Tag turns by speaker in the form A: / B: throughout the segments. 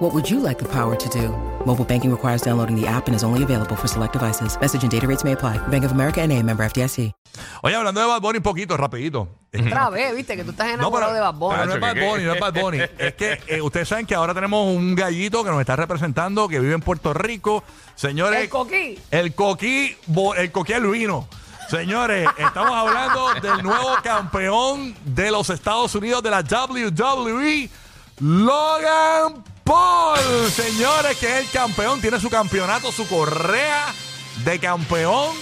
A: What would you like the power to do? Mobile banking requires downloading the app and is only available for select devices. Message and data rates may apply. Bank of America and a member FDIC.
B: Oye, hablando de Bad Bunny un poquito, rapidito. Es que-
C: Otra vez, viste, que tú estás
B: No,
C: enamorado
B: pero,
C: de Bad Bunny.
B: pero no
D: Tacho,
B: es Bad
D: ¿qué, qué?
B: Bunny, no es Bad Bunny. Es que eh, ustedes saben que ahora tenemos un gallito que nos está representando, que vive en Puerto Rico. Señores.
C: El coquí.
B: El coquí, bo- el coquí albino. Señores, estamos hablando del nuevo campeón de los Estados Unidos de la WWE, Logan Paul. Señores, que es el campeón, tiene su campeonato, su correa de campeón.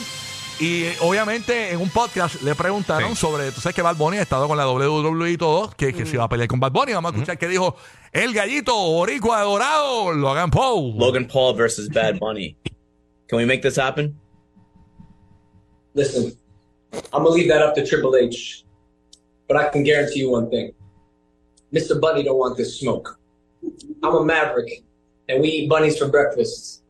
B: Y eh, obviamente en un podcast le preguntaron
D: Sí.
B: sobre, tú sabes que Bad Bunny ha estado con la WWE y todo, que, que se iba a pelear con Bad Bunny. Vamos a escuchar qué dijo el gallito boricua dorado, Logan Paul.
E: Logan Paul versus Bad Bunny. Can we make this happen?
F: Listen, I'm gonna leave that up to Triple H, but I can guarantee you one thing: Mr. Bunny don't want this smoke. I'm a maverick, and we eat bunnies for breakfast.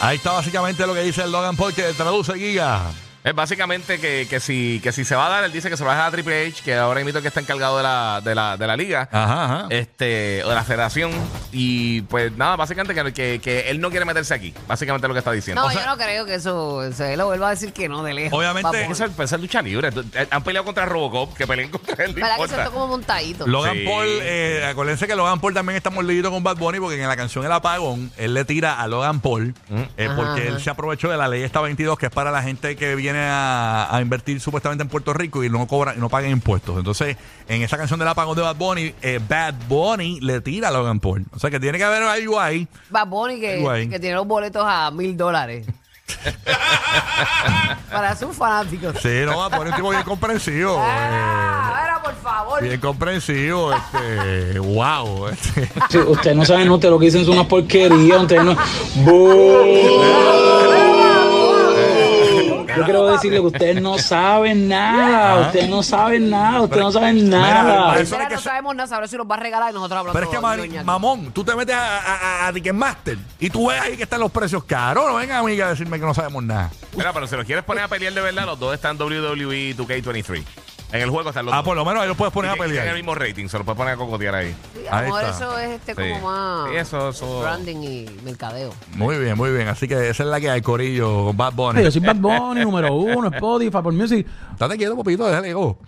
B: Ahí está básicamente lo que dice el Logan Paul que traduce Giga.
D: Es básicamente que, que si, que si se va a dar, él dice que se lo va a dejar a Triple H, que ahora invito que está encargado de la, de la, de la liga.
B: Ajá, ajá.
D: Este, o de la federación, y pues nada, básicamente que, que, que él no quiere meterse aquí. Básicamente es lo que está diciendo.
C: No,
D: O sea,
C: yo no creo que eso. Se lo vuelvo a decir que no, de lejos.
B: Obviamente-
C: Vamos.
D: esa, esa es lucha libre. Tú- eh, Han peleado contra Robocop, que peleen contra él. no
C: ¿Verdad que se
D: importa.
C: está como montadito?
B: Logan
D: Sí.
B: Paul, eh, acuérdense que Logan Paul también está mordido con Bad Bunny porque en la canción El Apagón, él le tira a Logan Paul eh,
C: Ajá,
B: porque él
C: ajá.
B: se aprovechó de la ley esta 22 que es para la gente que viene a, a invertir supuestamente en Puerto Rico y no cobra, y no pagan impuestos. Entonces, en esa canción del Apagón de Bad Bunny, eh, Bad Bunny le tira a Logan Paul. O sea que tiene que haber algo ahí.
C: Bad Bunny que,
B: Guay.
C: que tiene los boletos a mil dólares. Para sus fanáticos.
B: Sí, no, Bad Bunny es un tipo bien comprensivo. eh,
C: Ah, ahora, por favor.
B: bien comprensivo. Este, wow. Este.
G: Sí, ustedes no saben, ustedes lo que dicen es una porquería. Ustedes no.
B: Eh,
G: ¡Bú! Yo quiero decirle que ustedes no saben nada. Ustedes no saben nada. Ustedes no saben nada.
B: Ah. Mira, eso
C: Espera,
B: es que
C: no
B: se-
C: sabemos nada, ahora si nos va a regalar y nosotros hablamos.
B: Pero es que, mari- mamón, tú te metes a, a, a- a Ticketmaster y tú ves ahí que están los precios caros. No venga, amiga, a decirme que no sabemos nada.
D: Mira, pero si los quieres poner a pelear de verdad, los dos están WWE 2K23. En el juego están los
B: Ah,
D: dos.
B: por lo menos ahí los puedes poner a
D: Y que- y que tienen el
B: pelear.
D: mismo rating, se lo puedes poner a cocotear ahí.
C: a lo
B: ahí
C: mejor
B: está.
C: eso es este
D: Sí.
C: como más
D: Sí, eso- eso-
C: branding y mercadeo.
B: Muy bien, muy bien. Así que esa es la que hay, Corillo, con Bad Bunny.
G: Yo soy Bad Bunny, número uno, Spotify, por Music.
B: Estate quieto, popito, déjale go.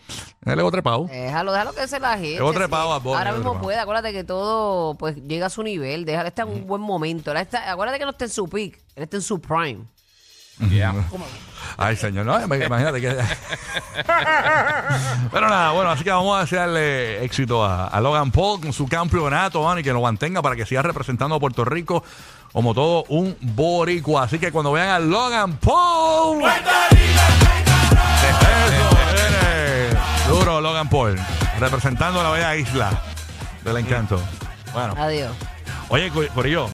B: Déjale go trepado.
C: Déjalo, déjalo que se la gente.
B: Es otra pava, Bonnie,
C: Ahora
B: es otra
C: mismo
B: pava.
C: puede, acuérdate que todo pues llega a su nivel, déjalo estar en un buen momento. Él está- acuérdate que no está en su peak, él está en su prime.
D: Yeah.
B: Ay, señor, no, im- imagínate que. Pero nada, bueno, así que vamos a desearle éxito a, a Logan Paul con su campeonato, mano, y que lo mantenga para que siga representando a Puerto Rico como todo un boricua. Así que cuando vean a Logan Paul. Eso, viene. Duro, Logan Paul, representando a la bella isla del encanto. Bueno,
C: Adiós.
B: oye, Cor- Corillo.